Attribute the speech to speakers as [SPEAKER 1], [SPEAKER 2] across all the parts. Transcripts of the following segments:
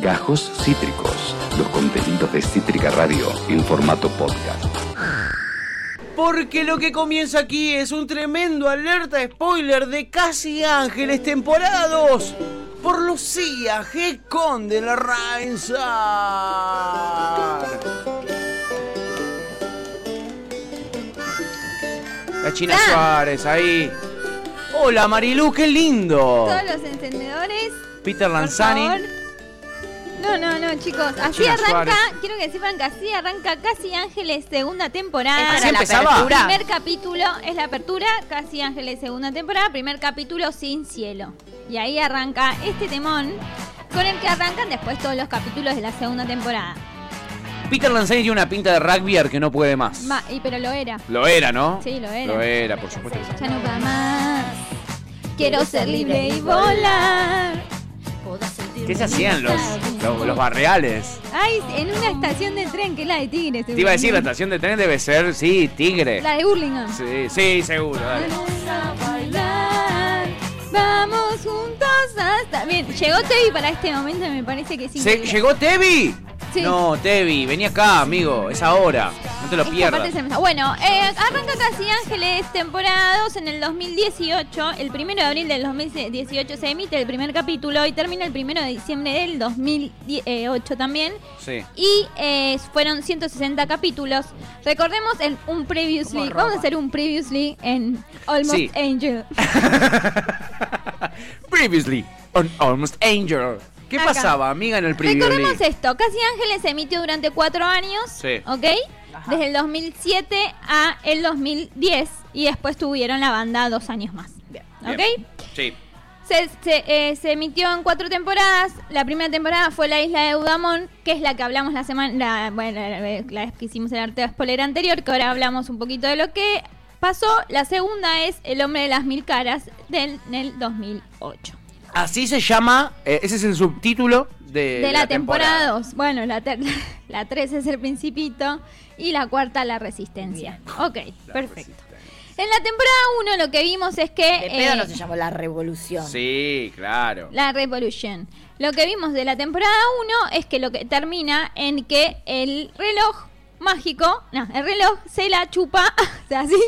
[SPEAKER 1] Gajos Cítricos. Los contenidos de Cítrica Radio en formato podcast.
[SPEAKER 2] Porque lo que comienza aquí es un tremendo alerta spoiler de Casi Ángeles temporada 2 por Lucía G. Conde la La China
[SPEAKER 3] Ah.
[SPEAKER 2] Suárez ahí. Hola Marilu, qué lindo.
[SPEAKER 3] Todos los encendedores.
[SPEAKER 2] Peter
[SPEAKER 3] por
[SPEAKER 2] Lanzani.
[SPEAKER 3] favor. No, no, no, chicos. Así
[SPEAKER 2] China
[SPEAKER 3] arranca,
[SPEAKER 2] Suárez.
[SPEAKER 3] quiero que sepan que así arranca Casi Ángeles segunda temporada.
[SPEAKER 2] ¿Así empezaba?
[SPEAKER 3] El primer capítulo es la apertura, Casi Ángeles segunda temporada, primer capítulo sin cielo. Y ahí arranca este temón con el que arrancan después todos los capítulos de la segunda temporada.
[SPEAKER 2] Peter Lanzani tiene una pinta de rugbyer que no puede más.
[SPEAKER 3] Ma- y pero lo era.
[SPEAKER 2] Lo era, ¿no?
[SPEAKER 3] Sí, lo era.
[SPEAKER 2] Lo era, por supuesto. que sí.
[SPEAKER 3] Ya no va más. Quiero ser libre y volar.
[SPEAKER 2] ¿Qué se hacían los, los, los barreales?
[SPEAKER 3] Ay, en una estación de tren que es la de Tigres.
[SPEAKER 2] Te iba a decir, la estación de tren debe ser, sí, Tigre.
[SPEAKER 3] La de Burlingame.
[SPEAKER 2] Sí, sí, seguro. dale.
[SPEAKER 3] Vamos a bailar. Vamos juntos hasta. Bien, llegó Tevi para este momento, me parece que sí.
[SPEAKER 2] ¿Se- ¿Llegó Tevi?
[SPEAKER 3] Sí.
[SPEAKER 2] No, Tevi, vení acá, amigo, es ahora. No te lo
[SPEAKER 3] Esta
[SPEAKER 2] pierdas.
[SPEAKER 3] parte se me- Bueno, eh, arranca Casi Ángeles, temporada 2 en el 2018. El primero de abril del 2018 se emite el primer capítulo y termina el primero de diciembre del 2008 eh, también.
[SPEAKER 2] Sí.
[SPEAKER 3] Y eh, fueron 160 capítulos. Recordemos el, un previously. Vamos a hacer un previously en Almost
[SPEAKER 2] Sí.
[SPEAKER 3] Angel.
[SPEAKER 2] Previously, on Almost Angel. ¿Qué
[SPEAKER 3] Acá.
[SPEAKER 2] pasaba, amiga, en el previously?
[SPEAKER 3] Recordemos esto, Casi Ángeles se emitió durante cuatro años,
[SPEAKER 2] Sí.
[SPEAKER 3] ¿ok? Desde el 2007 a el 2010 y después tuvieron la banda dos años más, ¿ok?
[SPEAKER 2] Bien. Sí.
[SPEAKER 3] Se, se, eh, se emitió en cuatro temporadas. La primera temporada fue La Isla de Eudamón, que es la que hablamos la semana, la- bueno, la, la- la vez que hicimos el arte spoiler anterior, que ahora hablamos un poquito de lo que pasó. La segunda es El Hombre de las Mil Caras del, del 2008.
[SPEAKER 2] Así se llama, eh, ese es el subtítulo de,
[SPEAKER 3] De, la, temporada 2. Bueno, la, ter- la 3 es el principito y la cuarta la resistencia. Ok,
[SPEAKER 2] La
[SPEAKER 3] perfecto.
[SPEAKER 2] resistencia.
[SPEAKER 3] En la temporada 1 lo que vimos es que...
[SPEAKER 4] De pedo
[SPEAKER 3] eh,
[SPEAKER 4] no se llamó la revolución.
[SPEAKER 2] Sí, claro.
[SPEAKER 3] la Revolution. Lo que vimos de la temporada 1 es que lo que termina en que el reloj mágico, no, el reloj se la chupa, o sea, así,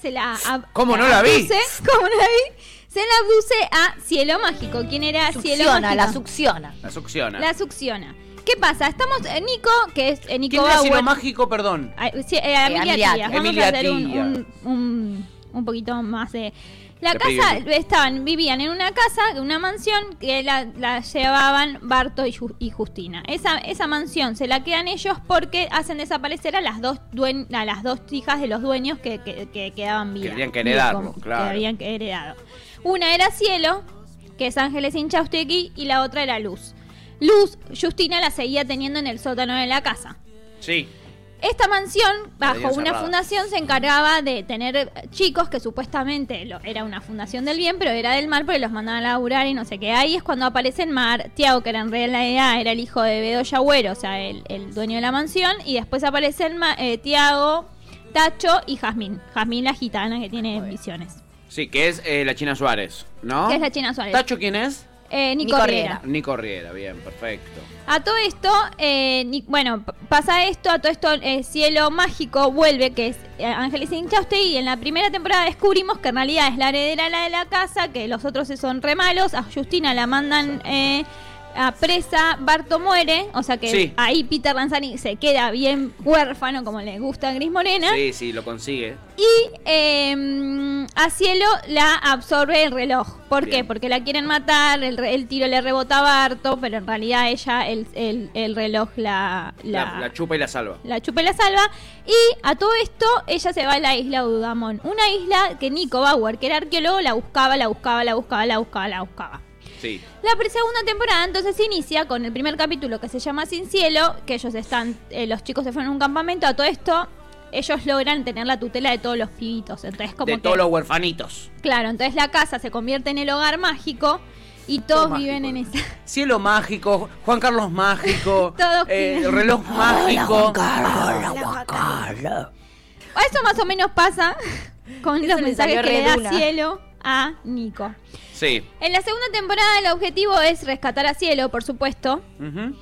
[SPEAKER 3] se la... ab-
[SPEAKER 2] ¿Cómo
[SPEAKER 3] la
[SPEAKER 2] no la vi?
[SPEAKER 3] abduce, ¿Cómo no la vi? Se la abduce a Cielo Mágico. ¿Quién era Cielo
[SPEAKER 4] Succiona,
[SPEAKER 3] Mágico?
[SPEAKER 4] la succiona.
[SPEAKER 2] La succiona.
[SPEAKER 3] La succiona. ¿Qué pasa? Estamos eh, Nico, que es eh, Nico
[SPEAKER 2] ¿Quién era Cielo
[SPEAKER 3] Bauer.
[SPEAKER 2] mágico, perdón?
[SPEAKER 3] Ay, sí, eh, a Emilia
[SPEAKER 4] Emilia
[SPEAKER 3] Tías.
[SPEAKER 4] Tías.
[SPEAKER 3] Vamos
[SPEAKER 2] Emilia
[SPEAKER 3] a hacer un,
[SPEAKER 2] Tías.
[SPEAKER 3] un- un- un poquito más de. La
[SPEAKER 2] De
[SPEAKER 3] casa,
[SPEAKER 2] preview.
[SPEAKER 3] estaban, vivían en una casa, una mansión, que la, la llevaban Barto y, Ju- y Justina. Esa, esa mansión se la quedan ellos porque hacen desaparecer a las dos duen- a las dos hijas de los dueños que, que- que quedaban vivas.
[SPEAKER 2] Querían que heredarlo, claro.
[SPEAKER 3] Que habían que heredado. Una era Cielo, que es Ángeles Inchaustegui, y la otra era Luz. Luz, Justina la seguía teniendo en el sótano de la casa.
[SPEAKER 2] Sí.
[SPEAKER 3] Esta mansión, bajo
[SPEAKER 2] tenían
[SPEAKER 3] una
[SPEAKER 2] cerrada.
[SPEAKER 3] fundación, se encargaba de tener eh, chicos que supuestamente lo- era una fundación del bien, pero era del mal, porque los mandaban a laburar y no sé qué. Ahí es cuando aparece en mar Tiago, que era en realidad era el hijo de Bedo Yagüero, o sea, el, el dueño de la mansión, y después aparecen Ma- eh, Tiago, Tacho y Jazmín. Jazmín la gitana que tiene visiones.
[SPEAKER 2] Sí, que es eh, la China Suárez, ¿no?
[SPEAKER 3] Que es la China Suárez.
[SPEAKER 2] ¿Tacho quién es?
[SPEAKER 3] Eh, Nico, Riera.
[SPEAKER 4] Nico Riera.
[SPEAKER 2] Nico Riera, bien, perfecto.
[SPEAKER 3] A todo esto, eh, ni- bueno, p- pasa esto, a todo esto, eh, Cielo Mágico vuelve, que es eh, Ángeles Inchauste, y en la primera temporada descubrimos que en realidad es la heredera la de la casa, que los otros se son re malos, a Justina la mandan eh, a presa, Barto muere, o sea que
[SPEAKER 2] Sí.
[SPEAKER 3] ahí Peter Lanzani se queda bien huérfano, como le gusta a Gris Morena.
[SPEAKER 2] Sí, sí, lo consigue.
[SPEAKER 3] Y eh, a Cielo la absorbe el reloj. ¿Por qué?
[SPEAKER 2] Bien.
[SPEAKER 3] Porque la quieren matar, el, re- el tiro le rebota a Barto, pero en realidad ella, el, el- el reloj la, la,
[SPEAKER 2] La, la chupa y la salva.
[SPEAKER 3] la chupa y la salva. Y a todo esto, ella se va a la isla Udamón. Una isla que Nico Bauer, que era arqueólogo, la buscaba, la buscaba, la buscaba, la buscaba, la buscaba.
[SPEAKER 2] Sí.
[SPEAKER 3] La pre- segunda temporada entonces se inicia con el primer capítulo que se llama Sin Cielo, que ellos están, eh, los chicos se fueron a un campamento, a todo esto ellos logran tener la tutela de todos los pibitos, entonces como
[SPEAKER 2] de
[SPEAKER 3] que-
[SPEAKER 2] todos los huerfanitos.
[SPEAKER 3] claro, entonces la casa se convierte en el hogar mágico y todos
[SPEAKER 2] mágico,
[SPEAKER 3] viven en
[SPEAKER 2] ¿no?
[SPEAKER 3] esa,
[SPEAKER 2] Cielo mágico, Juan Carlos mágico,
[SPEAKER 3] Todos
[SPEAKER 2] eh,
[SPEAKER 3] quieren.
[SPEAKER 2] el reloj mágico.
[SPEAKER 3] eso más o menos pasa con
[SPEAKER 4] Eso
[SPEAKER 3] los
[SPEAKER 4] le
[SPEAKER 3] mensajes que
[SPEAKER 4] salió
[SPEAKER 3] le
[SPEAKER 4] re
[SPEAKER 3] da
[SPEAKER 4] Duna.
[SPEAKER 3] Cielo a Nico.
[SPEAKER 2] Sí.
[SPEAKER 3] En la segunda temporada el objetivo es rescatar a Cielo, por supuesto.
[SPEAKER 2] Ujú.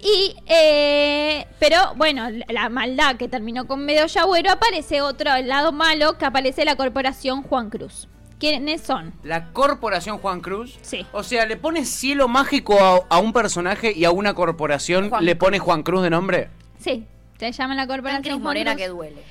[SPEAKER 3] Y, eh, pero bueno, la maldad que terminó con Bedoya Agüero aparece otro, el lado malo, que aparece la corporación Juan Cruz. ¿Quiénes son?
[SPEAKER 2] La corporación Juan Cruz.
[SPEAKER 3] Sí.
[SPEAKER 2] O sea, le pones cielo mágico a, a un personaje y a una corporación
[SPEAKER 4] Juan
[SPEAKER 2] le pones Juan Cruz de nombre.
[SPEAKER 3] Sí, se llama la
[SPEAKER 4] Tan
[SPEAKER 3] corporación
[SPEAKER 4] Cris
[SPEAKER 3] Juan
[SPEAKER 4] Morena
[SPEAKER 3] Cruz.
[SPEAKER 4] que duele.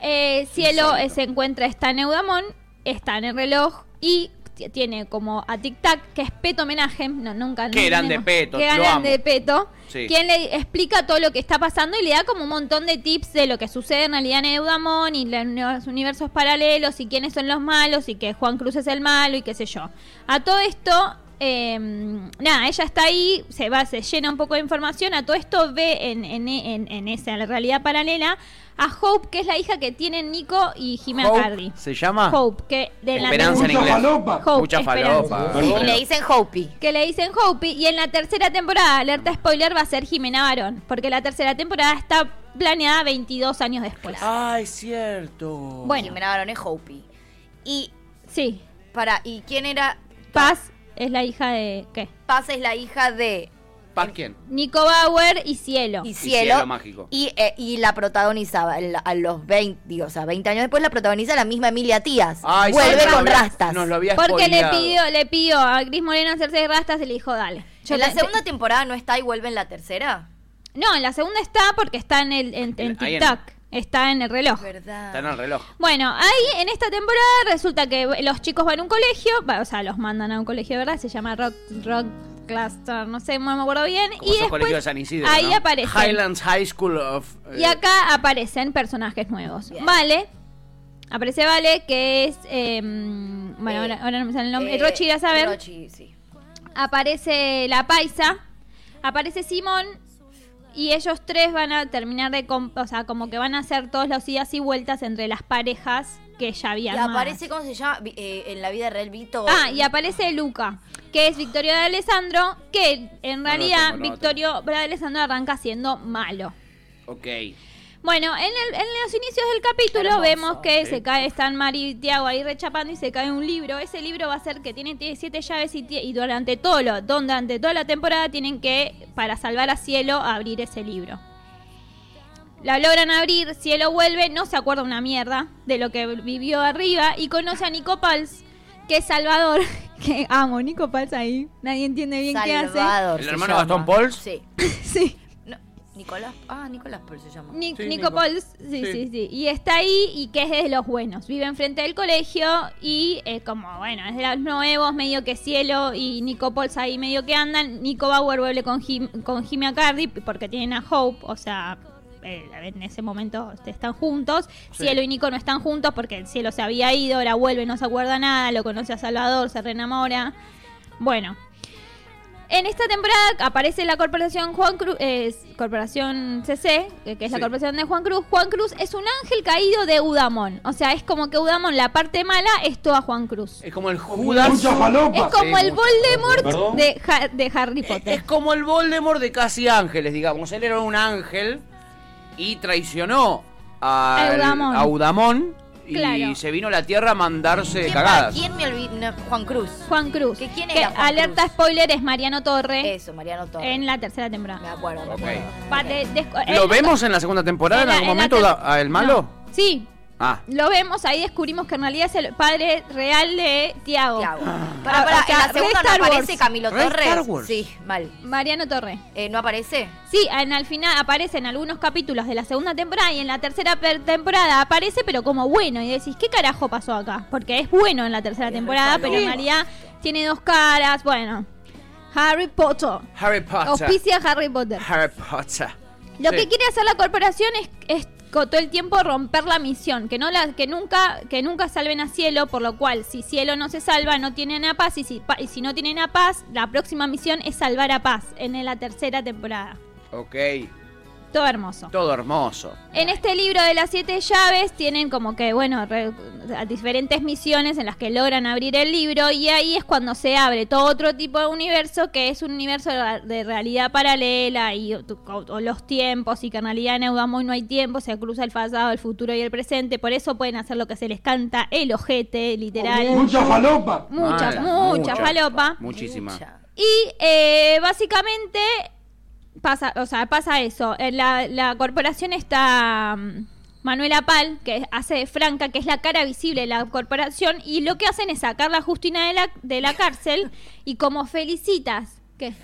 [SPEAKER 3] Eh, Cielo eh, se encuentra, está en Eudamón, está en el reloj y t- tiene como a Tic Tac, que es Peto homenaje. No, nunca.
[SPEAKER 2] Qué
[SPEAKER 3] no
[SPEAKER 2] grande
[SPEAKER 3] tenemos-
[SPEAKER 2] Peto,
[SPEAKER 3] Qué
[SPEAKER 2] lo
[SPEAKER 3] grande
[SPEAKER 2] amo.
[SPEAKER 3] Peto.
[SPEAKER 2] Sí.
[SPEAKER 3] Quien le explica todo lo que está pasando y le da como un montón de tips de lo que sucede en realidad en Eudamón y la- los universos paralelos y quiénes son los malos y que Juan Cruz es el malo y qué sé yo. A todo esto. eh, nada, ella está ahí, se va, se llena un poco de información. A todo esto ve en, en- en- en esa realidad paralela a Hope, que es la hija que tienen Nico y Jimena
[SPEAKER 2] Hope,
[SPEAKER 3] Cardi.
[SPEAKER 2] ¿Se llama?
[SPEAKER 3] Hope, que de la
[SPEAKER 2] Esperanza en
[SPEAKER 3] tercera-
[SPEAKER 2] inglés.
[SPEAKER 3] Hope,
[SPEAKER 2] Mucha
[SPEAKER 3] Esperanza.
[SPEAKER 2] falopa.
[SPEAKER 4] Sí, le dicen Hopi.
[SPEAKER 3] Que le dicen Hopi y en la tercera temporada, alerta spoiler, va a ser Jimena Barón, porque la tercera temporada está planeada 22 años después.
[SPEAKER 2] Ah, es cierto.
[SPEAKER 3] Bueno.
[SPEAKER 4] Jimena Barón es Hopi. Y
[SPEAKER 3] Sí,
[SPEAKER 4] para, ¿y quién era?
[SPEAKER 3] Paz es la hija de ¿qué?
[SPEAKER 4] Paz es la hija de
[SPEAKER 2] ¿Paz quién?
[SPEAKER 3] Nico Bauer y Cielo.
[SPEAKER 4] y
[SPEAKER 2] Cielo
[SPEAKER 4] Cielo.
[SPEAKER 2] Mágico.
[SPEAKER 4] Y, eh, y la protagonizaba el- a los 20, digo, o sea, 20 años después la protagoniza la misma Emilia Tías.
[SPEAKER 2] Ay,
[SPEAKER 4] Vuelve
[SPEAKER 2] sí, nos
[SPEAKER 4] con
[SPEAKER 2] lo había-
[SPEAKER 4] rastas.
[SPEAKER 2] Nos lo había
[SPEAKER 3] Porque le
[SPEAKER 2] spoileado.
[SPEAKER 3] pidió, le pidió a Cris Morena hacerse rastas y le dijo, dale. Yo
[SPEAKER 4] en la
[SPEAKER 3] te- te-
[SPEAKER 4] segunda temporada no está y vuelve en la tercera.
[SPEAKER 3] No, en la segunda está porque está en el en, en
[SPEAKER 2] Ahí en-
[SPEAKER 3] TikTok, está en el reloj.
[SPEAKER 4] ¿Verdad?
[SPEAKER 2] Está en el reloj.
[SPEAKER 3] Bueno, ahí en esta temporada resulta que los chicos van a un colegio, va, o sea, los mandan a un colegio, ¿verdad? Se llama Rock, Rock Cluster, no sé, no me acuerdo bien.
[SPEAKER 2] Como
[SPEAKER 3] y
[SPEAKER 2] esos
[SPEAKER 3] después,
[SPEAKER 2] colegios de San Isidro.
[SPEAKER 3] ahí
[SPEAKER 2] ¿no?
[SPEAKER 3] aparecen.
[SPEAKER 2] Highlands High School of. eh,
[SPEAKER 3] Y acá aparecen personajes nuevos.
[SPEAKER 4] Bien.
[SPEAKER 3] Vale, aparece Vale, que es. eh, bueno,
[SPEAKER 4] Eh,
[SPEAKER 3] ahora, ahora no me sale el nombre.
[SPEAKER 4] Eh,
[SPEAKER 3] Rochi irá a saber.
[SPEAKER 4] Rochi, sí.
[SPEAKER 3] Aparece la paisa, aparece Simón. Y ellos tres van a terminar de. comp- O sea, como que van a hacer todos los idas y vueltas entre las parejas que ya
[SPEAKER 4] Y
[SPEAKER 3] había armadas.
[SPEAKER 4] aparece, ¿cómo se llama? Vi- eh, en la vida real, Vito.
[SPEAKER 3] Ah, y aparece Luca, que es Victorio de Alessandro, que en
[SPEAKER 2] lo
[SPEAKER 3] realidad
[SPEAKER 2] tengo, no lo
[SPEAKER 3] Victorio de Alessandro arranca siendo malo.
[SPEAKER 2] Ok.
[SPEAKER 3] Bueno, en, el- en los inicios del capítulo
[SPEAKER 4] Hermoso,
[SPEAKER 3] vemos que
[SPEAKER 2] sí.
[SPEAKER 3] se cae, están Mari y Tiago ahí rechapando y se cae un libro. Ese libro va a ser que tiene, tiene siete llaves y, ti- y durante, todo lo, durante toda la temporada tienen que, para salvar a Cielo, abrir ese libro. La logran abrir, Cielo vuelve, no se acuerda una mierda de lo que vivió arriba y conoce a Nico Pals, que es Salvador, que amo, Nico Pals ahí, nadie entiende bien qué hace.
[SPEAKER 4] Salvador.
[SPEAKER 2] ¿El
[SPEAKER 4] se
[SPEAKER 2] hermano
[SPEAKER 4] llama.
[SPEAKER 2] Gastón Pauls?
[SPEAKER 4] Sí.
[SPEAKER 3] Sí.
[SPEAKER 4] No, Nicolás. Ah, Nicolás Paul se llama.
[SPEAKER 3] Ni-
[SPEAKER 2] Sí,
[SPEAKER 3] Nico
[SPEAKER 2] Nico.
[SPEAKER 3] Pauls, sí,
[SPEAKER 2] Sí.
[SPEAKER 3] sí, sí. Y está ahí y que es de los buenos. Vive enfrente del colegio y eh, como, bueno, es de los nuevos, medio que Cielo y Nico Pauls ahí medio que andan. Nico Bauer vuelve con, Jim, con Jimmy Acardi porque tienen a Hope, o sea... eh, En ese momento este, están juntos,
[SPEAKER 2] Sí.
[SPEAKER 3] Cielo y Nico no están juntos porque el Cielo se había ido, ahora vuelve, no se acuerda nada, lo conoce a Salvador, se reenamora. Bueno, en esta temporada aparece la corporación Juan Cruz, eh, corporación CC, que que es la
[SPEAKER 2] Sí.
[SPEAKER 3] corporación de Juan Cruz. Juan Cruz es un ángel caído de Udamón, o sea, es como que Udamón la parte mala es toda Juan Cruz.
[SPEAKER 2] Es como el Judas.
[SPEAKER 3] Es como
[SPEAKER 2] sí,
[SPEAKER 3] el Voldemort de, Ha- de Harry Potter.
[SPEAKER 2] Es como el Voldemort de Casi Ángeles, digamos. Él era un ángel y traicionó a
[SPEAKER 3] A Eudamón.
[SPEAKER 2] a Eudamón y
[SPEAKER 3] Claro.
[SPEAKER 2] se vino a la Tierra a mandarse
[SPEAKER 4] ¿Quién,
[SPEAKER 2] cagadas.
[SPEAKER 4] ¿Quién me olvidó? Juan Cruz.
[SPEAKER 3] Juan Cruz.
[SPEAKER 4] ¿Que quién era Juan
[SPEAKER 3] alerta
[SPEAKER 4] Cruz?
[SPEAKER 3] spoiler es Mariano Torre
[SPEAKER 4] Eso, Mariano Torres.
[SPEAKER 3] ¿Eh? en la tercera
[SPEAKER 4] Me
[SPEAKER 3] temporada.
[SPEAKER 4] acuerdo. me
[SPEAKER 2] Ok.
[SPEAKER 4] acuerdo.
[SPEAKER 3] Pa- de- de-
[SPEAKER 2] ¿Lo
[SPEAKER 3] él-
[SPEAKER 2] vemos en la segunda temporada en,
[SPEAKER 3] la-
[SPEAKER 2] algún
[SPEAKER 3] la
[SPEAKER 2] momento
[SPEAKER 3] ter-
[SPEAKER 2] a- a el malo?
[SPEAKER 3] No. Sí,
[SPEAKER 2] Ah,
[SPEAKER 3] lo vemos, ahí descubrimos que en realidad es el padre real de Tiago.
[SPEAKER 4] Te hago. Pará, pará,
[SPEAKER 3] Ah. o sea,
[SPEAKER 4] en la
[SPEAKER 3] re
[SPEAKER 4] segunda
[SPEAKER 3] Star
[SPEAKER 4] no aparece
[SPEAKER 3] Wars.
[SPEAKER 4] Camilo
[SPEAKER 2] Re
[SPEAKER 4] Torres.
[SPEAKER 2] Star Wars.
[SPEAKER 4] Sí, mal.
[SPEAKER 3] Mariano Torre.
[SPEAKER 4] Eh, ¿No aparece?
[SPEAKER 3] Sí, en, al final aparecen algunos capítulos de la segunda temporada y en la tercera per- temporada aparece, pero como bueno. Y decís, ¿qué carajo pasó acá? Porque es bueno en la tercera temporada, pero en realidad tiene dos caras. Bueno, Harry Potter.
[SPEAKER 2] Harry Potter.
[SPEAKER 3] Auspicia Harry Potter.
[SPEAKER 2] Harry Potter.
[SPEAKER 3] Lo
[SPEAKER 2] Sí.
[SPEAKER 3] que quiere hacer la corporación es, es co- todo el tiempo romper la misión, que no la, que nunca, que nunca salven a Cielo, por lo cual si Cielo no se salva, no tienen a Paz, y si, pa- y si no tienen a Paz, la próxima misión es salvar a Paz en la tercera temporada.
[SPEAKER 2] Ok.
[SPEAKER 3] Todo hermoso.
[SPEAKER 2] Todo hermoso.
[SPEAKER 3] En este libro de las siete llaves tienen como que, bueno, re- a diferentes misiones en las que logran abrir el libro y ahí es cuando se abre todo otro tipo de universo que es un universo de de realidad paralela y o- o los tiempos y que en realidad en Eudamón no hay tiempo, se cruza el pasado, el futuro y el presente, por eso pueden hacer lo que se les canta, el ojete, literal.
[SPEAKER 5] Mucha falopa.
[SPEAKER 2] Mal,
[SPEAKER 3] Mucha, mucha, falopa.
[SPEAKER 2] Muchísima.
[SPEAKER 4] Mucha.
[SPEAKER 3] Y eh, básicamente pasa, o sea, pasa eso. En la, la corporación está mm, Manuela Pal, que hace de Franca, que es la cara visible de la corporación, y lo que hacen es sacarla a Justina de la, de la cárcel y como felicitas. ¿Qué?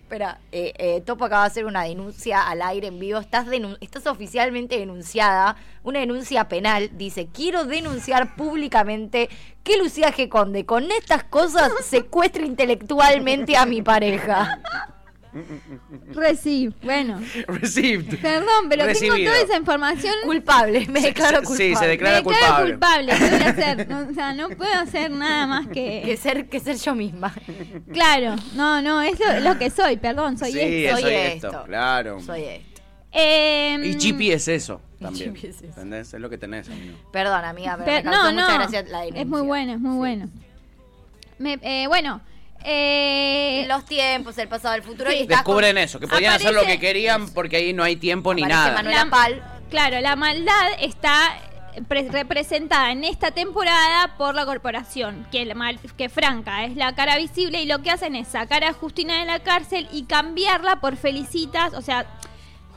[SPEAKER 4] Espera, eh, eh, Topo acaba de hacer una denuncia al aire en vivo. Estás, denun- estás oficialmente denunciada. Una denuncia penal. Dice, quiero denunciar públicamente que Lucía G. Conde con estas cosas secuestra intelectualmente a mi pareja.
[SPEAKER 3] Recibe. Bueno.
[SPEAKER 2] Received.
[SPEAKER 3] Perdón, pero tengo
[SPEAKER 2] Recibido.
[SPEAKER 3] toda esa información.
[SPEAKER 4] Culpable, me declaro
[SPEAKER 2] sí,
[SPEAKER 4] culpable.
[SPEAKER 2] se
[SPEAKER 3] Me
[SPEAKER 2] declara
[SPEAKER 3] declaro
[SPEAKER 2] culpable.
[SPEAKER 3] culpable. ¿qué voy a hacer? No, o sea, no puedo hacer nada más
[SPEAKER 4] Que ser, que ser yo misma.
[SPEAKER 3] Claro, no, no, es lo, lo que soy, perdón, soy
[SPEAKER 2] sí,
[SPEAKER 3] esto.
[SPEAKER 2] soy,
[SPEAKER 4] soy
[SPEAKER 2] esto.
[SPEAKER 4] esto.
[SPEAKER 2] Claro.
[SPEAKER 4] Soy este. esto.
[SPEAKER 3] Em,
[SPEAKER 2] Y Chippy es eso también.
[SPEAKER 4] Chippy es eso.
[SPEAKER 2] ¿Entendés? Es lo que tenés, amigo.
[SPEAKER 4] Perdón, amiga, pero,
[SPEAKER 3] Pero-
[SPEAKER 4] me
[SPEAKER 3] no,
[SPEAKER 4] causó mucha
[SPEAKER 3] no,
[SPEAKER 4] gracia la denuncia.
[SPEAKER 3] es muy bueno, es muy
[SPEAKER 4] Sí.
[SPEAKER 3] bueno. Me- eh, bueno, eh,
[SPEAKER 4] Los tiempos, el pasado, el futuro. Y está con-
[SPEAKER 2] Descubren eso, que podían hacer lo
[SPEAKER 3] Aparece-
[SPEAKER 2] que querían porque ahí no hay tiempo ni
[SPEAKER 4] aparece
[SPEAKER 2] nada.
[SPEAKER 4] Manuela
[SPEAKER 3] La-
[SPEAKER 4] Pal.
[SPEAKER 3] claro, la maldad está pre- representada en esta temporada por la corporación, que, la mal- que Franca es la cara visible y lo que hacen es sacar a Justina de la cárcel y cambiarla por Felicitas, o sea...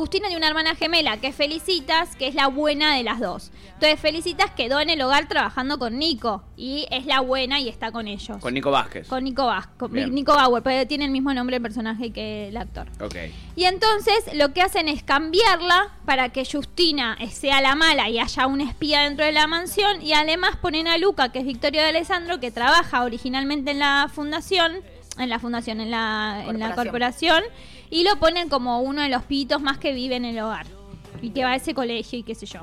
[SPEAKER 3] Justina tiene una hermana gemela que es Felicitas, que es la buena de las dos. Entonces Felicitas quedó en el hogar trabajando con Nico y es la buena y está con ellos.
[SPEAKER 2] Con Nico Vázquez.
[SPEAKER 3] Con Nico Vasco,
[SPEAKER 2] Bien.
[SPEAKER 3] Nico Bauer, pero tiene el mismo nombre el personaje que el actor.
[SPEAKER 2] Ok.
[SPEAKER 3] Y entonces lo que hacen es cambiarla para que Justina sea la mala y haya un espía dentro de la mansión. Y además ponen a Luca, que es Victorio de Alessandro, que trabaja originalmente en la fundación, en la fundación, en la, en la corporación, y lo ponen como uno de los pitos más que vive en el hogar. Y que va a ese colegio y qué sé yo.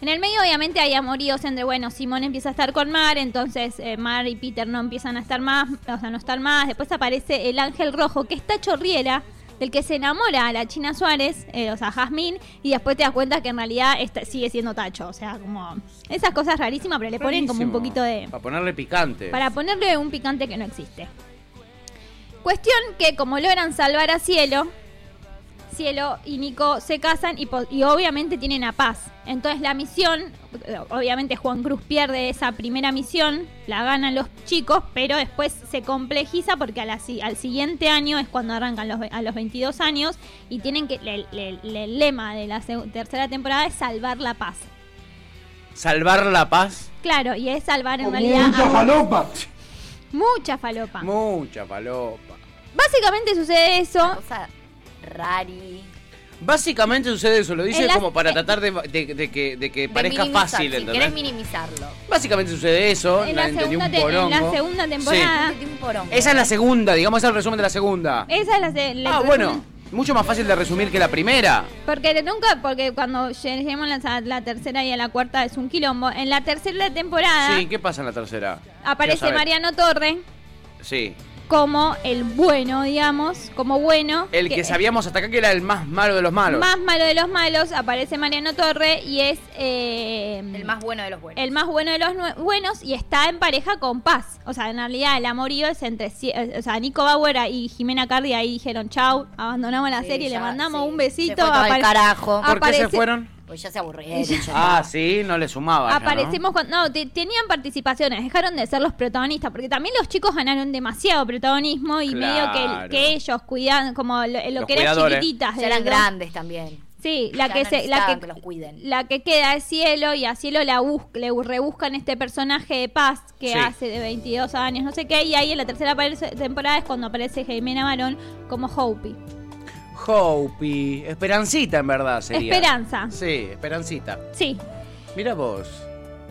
[SPEAKER 3] En el medio, obviamente, hay amoríos entre, bueno, Simón empieza a estar con Mar, entonces eh, Mar y Peter no empiezan a estar más, o sea, no estar más. Después aparece el ángel rojo, que está chorriera, del que se enamora a la China Suárez, eh, o sea, Jazmín, y después te das cuenta que en realidad está- sigue siendo Tacho. O sea, como esas cosas rarísimas, pero le ponen como un
[SPEAKER 2] Rarísimo.
[SPEAKER 3] poquito de.
[SPEAKER 2] Para ponerle picante.
[SPEAKER 3] Para ponerle un picante que no existe. Cuestión que como logran salvar a Cielo, Cielo y Nico se casan y, po- y obviamente tienen a Paz. Entonces la misión, eh, obviamente Juan Cruz pierde esa primera misión, la ganan los chicos, pero después se complejiza porque a la si- al siguiente año es cuando arrancan los, ve- a los 22 años y tienen que, le- le- le- el lema de la seg- tercera temporada es salvar la paz.
[SPEAKER 2] Salvar la paz.
[SPEAKER 3] Claro, y es salvar en realidad
[SPEAKER 5] Mucha
[SPEAKER 3] a
[SPEAKER 5] falopa.
[SPEAKER 3] mucha falopa.
[SPEAKER 2] Mucha palopa.
[SPEAKER 3] Básicamente sucede
[SPEAKER 4] Una
[SPEAKER 3] eso.
[SPEAKER 4] cosa rari.
[SPEAKER 2] Básicamente sucede eso, lo dice
[SPEAKER 3] En las-
[SPEAKER 2] como para
[SPEAKER 3] eh,
[SPEAKER 2] tratar de, de- de que, de que
[SPEAKER 4] De
[SPEAKER 2] parezca
[SPEAKER 4] minimizar,
[SPEAKER 2] fácil,
[SPEAKER 4] Si querés
[SPEAKER 2] ¿entendés?
[SPEAKER 4] minimizarlo.
[SPEAKER 2] Básicamente sucede eso,
[SPEAKER 3] En
[SPEAKER 2] la
[SPEAKER 3] la,
[SPEAKER 2] entendió
[SPEAKER 3] segunda
[SPEAKER 2] un
[SPEAKER 3] te- en la
[SPEAKER 2] porongo.
[SPEAKER 3] segunda temporada.
[SPEAKER 4] Te di un porongo.
[SPEAKER 2] Sí. Esa es la segunda, digamos, ese es el resumen de la segunda.
[SPEAKER 3] Esa es la, se- la-
[SPEAKER 2] ah, bueno, mucho más fácil de resumir que la primera.
[SPEAKER 3] Porque de- nunca, porque cuando lleguemos a la, la tercera y a la cuarta es un quilombo. En la tercera temporada
[SPEAKER 2] Sí, ¿qué pasa en la tercera? Quiero
[SPEAKER 3] aparece
[SPEAKER 2] saber.
[SPEAKER 3] Mariano Torre
[SPEAKER 2] Sí,
[SPEAKER 3] como el bueno, digamos, como bueno.
[SPEAKER 2] el que,
[SPEAKER 3] es
[SPEAKER 2] sabíamos hasta acá que era el más malo de los malos.
[SPEAKER 3] Más malo de los malos, aparece Mariano Torre y es eh,
[SPEAKER 4] El más bueno de los buenos.
[SPEAKER 3] el más bueno de los nue- buenos y está en pareja con Paz. O sea, en realidad el amorío es entre. ci- eh, O sea, Nico Bauer y Jimena Cardi ahí dijeron chau, abandonamos la
[SPEAKER 4] Sí,
[SPEAKER 3] serie, le
[SPEAKER 4] ya,
[SPEAKER 3] mandamos
[SPEAKER 4] sí.
[SPEAKER 3] un besito.
[SPEAKER 4] Se fue todo al
[SPEAKER 3] apare-
[SPEAKER 4] carajo.
[SPEAKER 2] ¿Por qué se
[SPEAKER 3] aparece-
[SPEAKER 2] fueron?
[SPEAKER 4] Pues ya se aburrieron. ya
[SPEAKER 2] Ah,
[SPEAKER 4] está.
[SPEAKER 2] sí, no le sumaba. ya, ¿no?
[SPEAKER 3] Aparecimos cuando. No, te- tenían participaciones, dejaron de ser los protagonistas, porque también los chicos ganaron demasiado protagonismo y medio que-
[SPEAKER 2] Claro.
[SPEAKER 3] que, ellos cuidaban, como lo, lo
[SPEAKER 2] Los
[SPEAKER 3] que eran
[SPEAKER 2] cuidadores.
[SPEAKER 3] chiquititas.
[SPEAKER 4] Ya
[SPEAKER 3] de los
[SPEAKER 4] eran
[SPEAKER 3] dos.
[SPEAKER 4] grandes también.
[SPEAKER 3] Sí, la
[SPEAKER 4] Ya
[SPEAKER 3] que,
[SPEAKER 4] no
[SPEAKER 3] se, la,
[SPEAKER 4] necesitaban
[SPEAKER 3] que,
[SPEAKER 4] que los cuiden.
[SPEAKER 3] la que queda es Cielo y a Cielo la bus- le bu- rebuscan este personaje de Paz que
[SPEAKER 2] Sí.
[SPEAKER 3] hace de 22 años, no sé qué, y ahí en la tercera parece- temporada es cuando aparece Jimena Barón como Hopi.
[SPEAKER 2] Hopi, Esperancita en verdad sería.
[SPEAKER 3] Esperanza,
[SPEAKER 2] Sí, Esperancita.
[SPEAKER 3] sí.
[SPEAKER 2] Mira vos.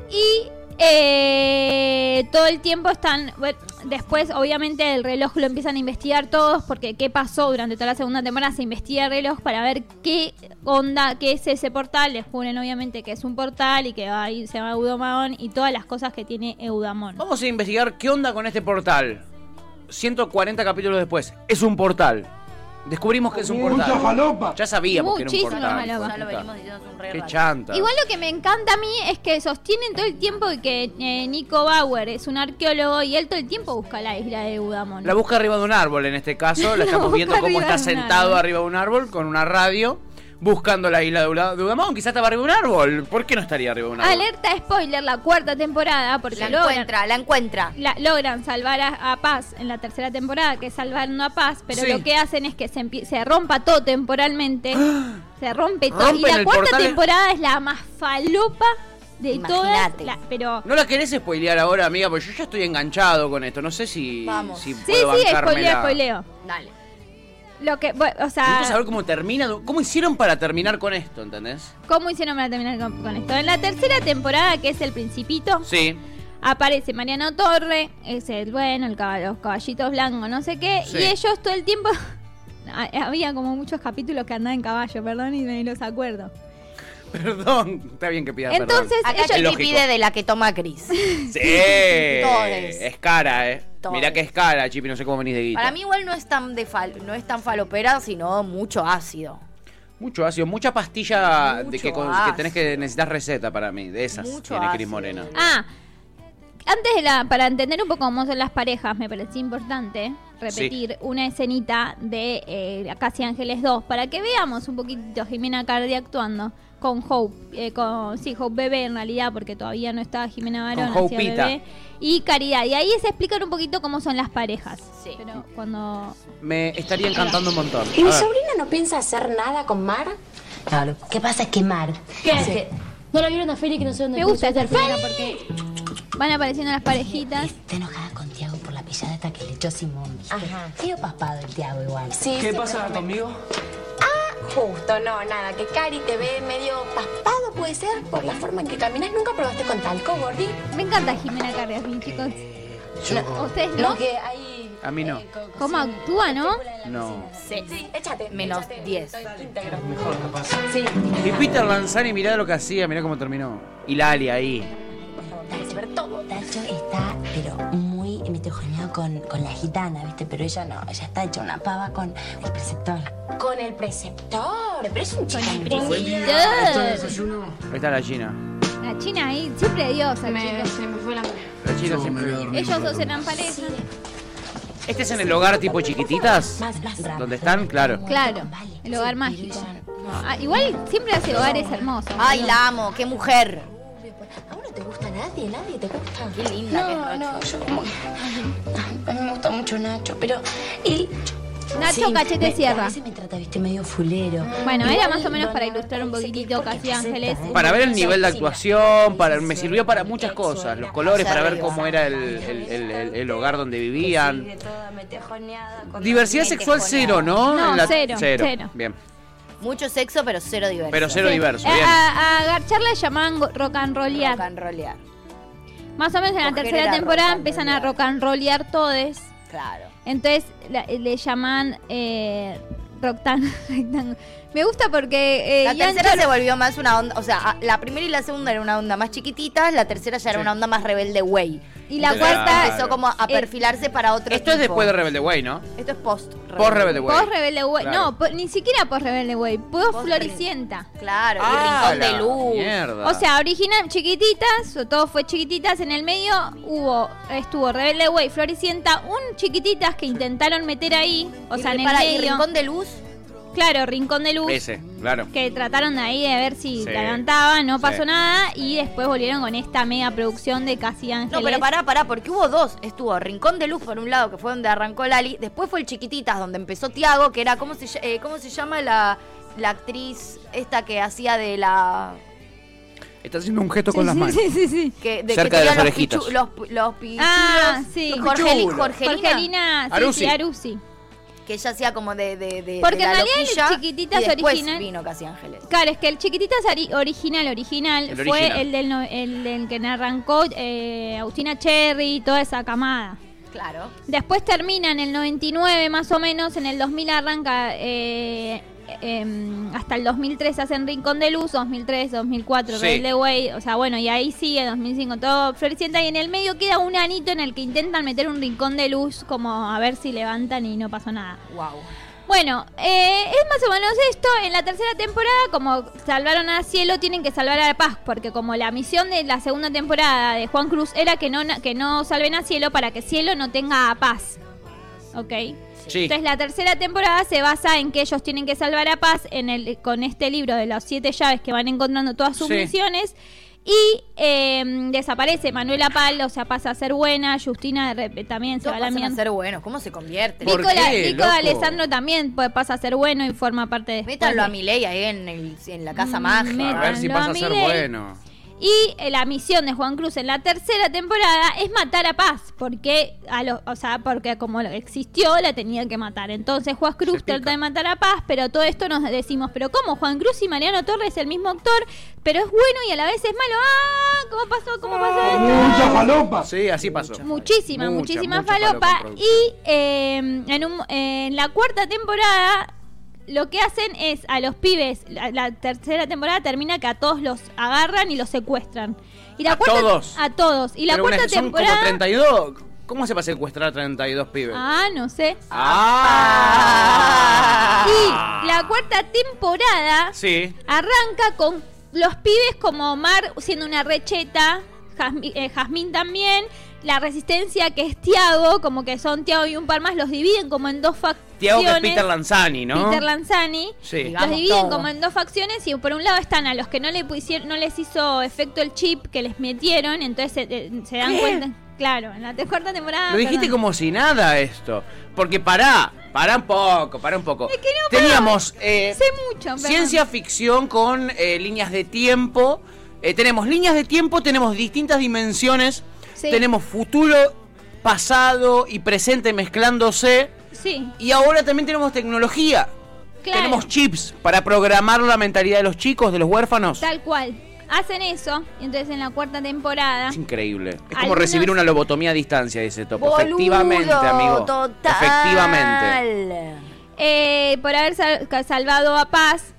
[SPEAKER 3] Y eh, todo el tiempo están. bueno, después, obviamente, el reloj lo empiezan a investigar todos, porque qué pasó durante toda la segunda temporada. Se investiga el reloj para ver qué onda, qué es ese portal. Descubren, obviamente, que es un portal y que ahí se llama Eudamon y todas las cosas que tiene Eudamon.
[SPEAKER 2] Vamos a investigar qué onda con este portal. 140 capítulos después. Es un portal. Descubrimos que es un
[SPEAKER 5] Mucha
[SPEAKER 2] portal.
[SPEAKER 5] falopa.
[SPEAKER 2] Ya sabíamos que era
[SPEAKER 3] Muchísima
[SPEAKER 2] un portal.
[SPEAKER 3] falopa.
[SPEAKER 2] hijo
[SPEAKER 4] Ya
[SPEAKER 2] de
[SPEAKER 4] lo venimos
[SPEAKER 2] puta.
[SPEAKER 4] diciendo hace un re
[SPEAKER 2] Qué
[SPEAKER 4] rato.
[SPEAKER 2] chanta.
[SPEAKER 3] Igual lo que me encanta a mí es que sostienen todo el tiempo que eh, Nico Bauer es un arqueólogo y él todo el tiempo busca la isla de Udamón.
[SPEAKER 2] La busca arriba de un árbol en este caso. La
[SPEAKER 3] La
[SPEAKER 2] estamos
[SPEAKER 3] busca
[SPEAKER 2] viendo cómo
[SPEAKER 3] arriba
[SPEAKER 2] está
[SPEAKER 3] de un
[SPEAKER 2] sentado
[SPEAKER 3] árbol.
[SPEAKER 2] arriba de un árbol con una radio. Buscando la isla de Ula- de Udamón, quizás estaba arriba de un árbol. ¿Por qué no estaría arriba de un árbol?
[SPEAKER 3] Alerta spoiler, la cuarta temporada, porque
[SPEAKER 4] La
[SPEAKER 3] logran,
[SPEAKER 4] encuentra, la encuentra.
[SPEAKER 3] la- logran salvar a, a Paz en la tercera temporada, que es salvando a Paz, pero
[SPEAKER 2] Sí.
[SPEAKER 3] lo que hacen es que se, empie- se rompa todo temporalmente. se rompe todo.
[SPEAKER 2] Rompen
[SPEAKER 3] Y la
[SPEAKER 2] el
[SPEAKER 3] cuarta
[SPEAKER 2] portal ¿eh? en-
[SPEAKER 3] temporada es la más falopa de todas.
[SPEAKER 4] Imagínate.
[SPEAKER 3] la- pero
[SPEAKER 2] No la querés spoilear ahora, amiga, porque yo ya estoy enganchado con esto. No sé si,
[SPEAKER 4] Vamos.
[SPEAKER 2] si puedo
[SPEAKER 3] sí, sí, spoileo,
[SPEAKER 2] bancármela.
[SPEAKER 3] spoileo.
[SPEAKER 4] Dale.
[SPEAKER 3] Lo que, bueno, o sea,
[SPEAKER 2] Necesito saber cómo termina, cómo hicieron para terminar con esto, ¿entendés?
[SPEAKER 3] ¿cómo hicieron para terminar con, con esto? En la tercera temporada, que es El Principito,
[SPEAKER 2] Sí.
[SPEAKER 3] aparece Mariano Torre, es el bueno, el caba- los caballitos blancos, no sé qué,
[SPEAKER 2] Sí.
[SPEAKER 3] y ellos todo el tiempo. Ah, Había como muchos capítulos que andaban en caballo, perdón, y me los acuerdo.
[SPEAKER 2] Perdón, está bien que pidas
[SPEAKER 3] Entonces,
[SPEAKER 4] Acá
[SPEAKER 3] ellos-
[SPEAKER 2] Es
[SPEAKER 4] Chiqui
[SPEAKER 2] lógico.
[SPEAKER 4] pide de la que toma Cris.
[SPEAKER 2] perdón. Sí.
[SPEAKER 4] Todes.
[SPEAKER 2] Es cara, ¿eh?
[SPEAKER 4] Todes.
[SPEAKER 2] Mirá que es cara, Chipi, no sé cómo venís de guita.
[SPEAKER 4] Para mí igual no es tan de fal- no es tan falopera, sino mucho ácido.
[SPEAKER 2] Mucho ácido, mucha pastilla de
[SPEAKER 4] Mucho
[SPEAKER 2] que, con- que tenés que necesitar receta para mí. De esas
[SPEAKER 4] Mucho
[SPEAKER 2] tiene Cris
[SPEAKER 4] ácido.
[SPEAKER 2] Morena.
[SPEAKER 3] ah, antes de la. Para entender un poco cómo son las parejas, me parecía importante repetir una escenita de eh, Casi Ángeles 2 para que veamos un poquito Jimena Cardi actuando con Hope, eh, con, sí, Hope Bebé en realidad, porque todavía no estaba Jimena Barón,
[SPEAKER 2] Hope
[SPEAKER 3] hacía
[SPEAKER 2] Pita.
[SPEAKER 3] Bebé, y Caridad. Y ahí se explican un poquito cómo son las parejas.
[SPEAKER 4] Sí.
[SPEAKER 3] Pero cuando
[SPEAKER 2] Me estaría encantando un montón.
[SPEAKER 6] ¿Y mi
[SPEAKER 2] A ver.
[SPEAKER 6] sobrina no piensa hacer nada con Mar?
[SPEAKER 7] Claro. ¿Qué pasa? Es quemar.
[SPEAKER 6] ¿Qué? No la vieron a Feli que no sé dónde
[SPEAKER 3] me gusta hacer fila porque van apareciendo las parejitas.
[SPEAKER 7] Está enojada con Tiago por la pilladata que le echó Simón. Ajá. Feo papado el Tiago igual.
[SPEAKER 6] Sí,
[SPEAKER 5] ¿Qué
[SPEAKER 6] sí,
[SPEAKER 5] pasa conmigo?
[SPEAKER 6] pero Ah, Justo, no, nada, que Cari te ve medio paspado, puede ser, por la forma en que caminas. Nunca probaste con talco, Gordi.
[SPEAKER 3] Me encanta Jimena Cardi, a mí,
[SPEAKER 2] Eh,
[SPEAKER 3] chicos. No, ¿Ustedes no?
[SPEAKER 6] No, que hay.
[SPEAKER 2] A mí no.
[SPEAKER 6] co- co-
[SPEAKER 3] ¿Cómo actúa, no?
[SPEAKER 2] No.
[SPEAKER 6] Sí, sí, échate.
[SPEAKER 4] Menos
[SPEAKER 6] échate,
[SPEAKER 4] 10.
[SPEAKER 6] estoy íntegro.
[SPEAKER 4] Sí.
[SPEAKER 2] Y Peter Lanzani, mirá lo que hacía, mirá cómo terminó. Y Lali ahí.
[SPEAKER 6] Tenés que ver todo.
[SPEAKER 7] Tacho está, pero muy metojoneado con, con la gitana, ¿viste? Pero ella no, ella está hecha una pava con el preceptor.
[SPEAKER 6] Con el preceptor. Pero es un chico
[SPEAKER 2] Ahí está la China.
[SPEAKER 3] La China ahí, siempre diosa, chicos.
[SPEAKER 6] me fue la mano.
[SPEAKER 2] La China siempre.
[SPEAKER 3] Ellos dos eran pareja.
[SPEAKER 2] Este es en el hogar tipo chiquititas.
[SPEAKER 7] Más, más rápido.
[SPEAKER 2] ¿Dónde están? Claro.
[SPEAKER 3] Claro, el hogar mágico. Ah, igual siempre hace hogares hermosos.
[SPEAKER 4] Ay,
[SPEAKER 3] ¿no?
[SPEAKER 4] la amo, qué mujer.
[SPEAKER 6] A uno te gusta nadie, nadie te gusta.
[SPEAKER 4] Qué linda que es Rochi.
[SPEAKER 7] No, yo como que- A mí me gusta mucho Nacho, pero él...
[SPEAKER 3] Nacho Cachete
[SPEAKER 7] me-
[SPEAKER 3] Sierra.
[SPEAKER 7] A veces me trata, viste, medio fulero.
[SPEAKER 3] Bueno,
[SPEAKER 7] Igual
[SPEAKER 3] era más o menos
[SPEAKER 7] no,
[SPEAKER 3] para
[SPEAKER 7] no,
[SPEAKER 3] ilustrar un
[SPEAKER 7] no, sé qué,
[SPEAKER 3] poquitito
[SPEAKER 7] porque
[SPEAKER 3] Casi
[SPEAKER 7] presenta,
[SPEAKER 3] Ángeles.
[SPEAKER 7] ¿eh?
[SPEAKER 2] Para ver el nivel de
[SPEAKER 7] Sí,
[SPEAKER 2] actuación, para, me
[SPEAKER 7] sí,
[SPEAKER 2] sirvió para
[SPEAKER 7] sí,
[SPEAKER 2] muchas
[SPEAKER 7] sí,
[SPEAKER 2] cosas. Los
[SPEAKER 7] sí,
[SPEAKER 2] colores, para ver
[SPEAKER 7] arriba.
[SPEAKER 2] cómo era el, el- el- el- el hogar donde vivían. Diversidad sexual cero, ¿no?
[SPEAKER 3] No,
[SPEAKER 2] En
[SPEAKER 3] cero, cero.
[SPEAKER 2] Bien.
[SPEAKER 4] Mucho sexo, pero cero diverso.
[SPEAKER 2] Pero cero diverso,
[SPEAKER 3] Eh,
[SPEAKER 2] bien.
[SPEAKER 3] A, a Garchar la llamaban go- rock and rollear.
[SPEAKER 4] Rock and rollear.
[SPEAKER 3] Más o menos en la
[SPEAKER 4] Coger
[SPEAKER 3] tercera
[SPEAKER 4] era
[SPEAKER 3] temporada
[SPEAKER 4] rock and
[SPEAKER 3] empiezan a
[SPEAKER 4] rollear.
[SPEAKER 3] rock and rollear todes.
[SPEAKER 4] Claro.
[SPEAKER 3] Entonces la- le llaman eh, Roctan. rectángulo. Me gusta porque eh,
[SPEAKER 4] La
[SPEAKER 3] Iancho-
[SPEAKER 4] tercera se volvió más una onda, o sea, a- la primera y la segunda era una onda más chiquitita, la tercera ya era
[SPEAKER 2] Sí.
[SPEAKER 4] una onda más rebelde güey.
[SPEAKER 3] Y la
[SPEAKER 4] Entonces
[SPEAKER 2] cuarta-
[SPEAKER 4] empezó como a
[SPEAKER 3] Eh,
[SPEAKER 4] perfilarse para otro
[SPEAKER 2] Esto es
[SPEAKER 4] tipo.
[SPEAKER 2] después de Rebelde Way, ¿no?
[SPEAKER 4] Esto es post rebelde.
[SPEAKER 2] Post Rebelde Way.
[SPEAKER 3] Post Rebelde Way.
[SPEAKER 2] Claro.
[SPEAKER 3] No, po- ni siquiera post Rebelde Way. Post,
[SPEAKER 4] Post
[SPEAKER 3] Floricienta.
[SPEAKER 4] Claro,
[SPEAKER 2] Ah,
[SPEAKER 4] y rincón
[SPEAKER 2] la
[SPEAKER 4] de luz.
[SPEAKER 2] Mierda.
[SPEAKER 3] O sea, original, chiquititas, o todo fue chiquititas. En el medio hubo, estuvo Rebelde Way, Floricienta, un chiquititas que intentaron meter ahí. O
[SPEAKER 4] Y
[SPEAKER 3] sea, en el
[SPEAKER 4] para- y
[SPEAKER 3] medio.
[SPEAKER 4] rincón de luz.
[SPEAKER 3] Claro, Rincón de Luz.
[SPEAKER 2] Ese, claro.
[SPEAKER 3] Que trataron de ahí de ver si
[SPEAKER 2] Sí.
[SPEAKER 3] te levantaba, no
[SPEAKER 2] Sí.
[SPEAKER 3] pasó nada. Y después volvieron con esta mega producción de Casi Ángeles.
[SPEAKER 4] No, pero pará, pará, porque hubo dos. Estuvo Rincón de Luz por un lado, que fue donde arrancó Lali. Después fue el Chiquititas, donde empezó Tiago, que era, ¿cómo se, ll- eh, cómo se llama la, la actriz esta que hacía de la...
[SPEAKER 2] Está haciendo un gesto
[SPEAKER 3] Sí,
[SPEAKER 2] con las
[SPEAKER 3] sí,
[SPEAKER 2] manos.
[SPEAKER 3] Sí, sí, sí.
[SPEAKER 4] Que, de,
[SPEAKER 2] Cerca
[SPEAKER 4] que
[SPEAKER 2] de las
[SPEAKER 4] tenía los,
[SPEAKER 2] orejitas.
[SPEAKER 4] pichu- los, los pichulos.
[SPEAKER 3] Ah, sí.
[SPEAKER 4] Los Jorgeli-
[SPEAKER 2] Pichulos.
[SPEAKER 4] Jorgelina,
[SPEAKER 3] Jorgelina, sí,
[SPEAKER 2] Arusi.
[SPEAKER 3] sí, Arusi.
[SPEAKER 4] Que ella hacía como de, de, de-
[SPEAKER 3] Porque
[SPEAKER 4] de la
[SPEAKER 3] en realidad el
[SPEAKER 4] loquilla,
[SPEAKER 3] Chiquititas
[SPEAKER 4] y después
[SPEAKER 3] original-
[SPEAKER 4] vino Casi Ángeles.
[SPEAKER 3] Claro, es que el chiquititas ari- original, original,
[SPEAKER 2] El
[SPEAKER 3] fue
[SPEAKER 2] original.
[SPEAKER 3] El, del no- el del que arrancó eh, Agustina Cherry y toda esa camada.
[SPEAKER 4] Claro.
[SPEAKER 3] Después termina en el 99 más o menos, en el 2000 arranca, eh, em, hasta el 2003 hacen Rincón de Luz, 2003, 2004
[SPEAKER 2] Sí.
[SPEAKER 3] Rebelde Way, o sea, bueno, y ahí sigue 2005 todo florecienta y en el medio queda un anito en el que intentan meter un Rincón de Luz como a ver si levantan y no pasó nada.
[SPEAKER 4] Wow.
[SPEAKER 3] Bueno, eh, es más o menos esto. En la tercera temporada, como salvaron a Cielo, tienen que salvar a Paz, porque como la misión de la segunda temporada de Juan Cruz era que no, que no salven a Cielo para que Cielo no tenga a Paz. ¿Ok?
[SPEAKER 2] Sí.
[SPEAKER 3] Entonces la tercera temporada se basa en que ellos tienen que salvar a Paz en el, con este libro de las siete llaves que van encontrando todas sus
[SPEAKER 2] Sí.
[SPEAKER 3] misiones. Y eh, desaparece Manuela Pal, o sea, pasa a ser buena, Justina de rep- también se
[SPEAKER 4] Todos
[SPEAKER 3] va a la
[SPEAKER 4] pasan a
[SPEAKER 3] mierda.
[SPEAKER 4] ser buenos. ¿Cómo se convierte?
[SPEAKER 2] ¿Por
[SPEAKER 3] Nicola-
[SPEAKER 2] qué,
[SPEAKER 3] Nico de
[SPEAKER 2] loco?
[SPEAKER 3] Alessandro también pues, pasa a ser bueno y forma parte de.
[SPEAKER 4] Métanlo a Milei ahí en, el- en la casa mágica.
[SPEAKER 3] Mm, me-
[SPEAKER 2] A ver si
[SPEAKER 3] Lo
[SPEAKER 2] pasa a ser
[SPEAKER 3] miré.
[SPEAKER 2] bueno.
[SPEAKER 3] Y eh, la misión de Juan Cruz en la tercera temporada es matar a Paz, porque a los, o sea, porque como lo- existió la tenía que matar. Entonces Juan Cruz
[SPEAKER 2] pica.
[SPEAKER 3] trata de matar a Paz, pero todo esto nos decimos, pero cómo Juan Cruz y Mariano Torres es el mismo actor, pero es bueno y a la vez es malo. Ah, ¿cómo pasó? ¿Cómo pasó esto?
[SPEAKER 2] Sí, así pasó.
[SPEAKER 3] Muchísima,
[SPEAKER 2] Mucha,
[SPEAKER 3] muchísima
[SPEAKER 2] mucha
[SPEAKER 3] falopa.
[SPEAKER 2] falopa en
[SPEAKER 3] y eh, en, un- en la cuarta temporada lo que hacen es a los pibes, la, la tercera temporada termina que a todos los agarran y los secuestran. Y la
[SPEAKER 2] ¿A
[SPEAKER 3] cuarta,
[SPEAKER 2] todos?
[SPEAKER 3] A todos. Y la
[SPEAKER 2] Pero una-
[SPEAKER 3] cuarta
[SPEAKER 2] son
[SPEAKER 3] temporada...
[SPEAKER 2] como 32. ¿Cómo se va a secuestrar a 32 pibes?
[SPEAKER 3] Ah, no sé.
[SPEAKER 2] Ah.
[SPEAKER 3] Y la cuarta temporada
[SPEAKER 2] Sí.
[SPEAKER 3] arranca con los pibes como Omar siendo una recheta, Jazmi- eh, Jazmín también, la resistencia que es Tiago, como que son Tiago y un par más, los dividen como en dos facciones.
[SPEAKER 2] Tiago que es Peter Lanzani, ¿no?
[SPEAKER 3] Peter Lanzani.
[SPEAKER 2] Sí.
[SPEAKER 4] Digamos
[SPEAKER 3] los dividen
[SPEAKER 4] todo.
[SPEAKER 3] como en dos facciones y por un lado están a los que no, le pusieron, no les hizo efecto el chip que les metieron, entonces se, eh, se dan cuenta. Claro, en la te- cuarta temporada.
[SPEAKER 2] Lo dijiste
[SPEAKER 3] perdón.
[SPEAKER 2] como si nada esto. Porque pará, pará un poco, pará un poco.
[SPEAKER 3] que no, pará.
[SPEAKER 2] Teníamos eh,
[SPEAKER 3] Sé mucho, perdón.
[SPEAKER 2] ciencia ficción con eh, líneas de tiempo. Eh, tenemos líneas de tiempo, tenemos distintas dimensiones.
[SPEAKER 3] Sí.
[SPEAKER 2] Tenemos futuro, pasado y presente mezclándose.
[SPEAKER 3] Sí,
[SPEAKER 2] Y ahora también tenemos tecnología.
[SPEAKER 3] Claro.
[SPEAKER 2] Tenemos chips para programar la mentalidad de los chicos, de los huérfanos.
[SPEAKER 3] tal cual. Hacen eso, y entonces en la cuarta temporada.
[SPEAKER 2] Es increíble. Es como
[SPEAKER 3] Algunos-
[SPEAKER 2] recibir una lobotomía a distancia, dice Topo.
[SPEAKER 4] Boludo,
[SPEAKER 2] Efectivamente, amigo.
[SPEAKER 4] Total.
[SPEAKER 2] Efectivamente.
[SPEAKER 3] Eh, por haber sal- ca- salvado a Paz.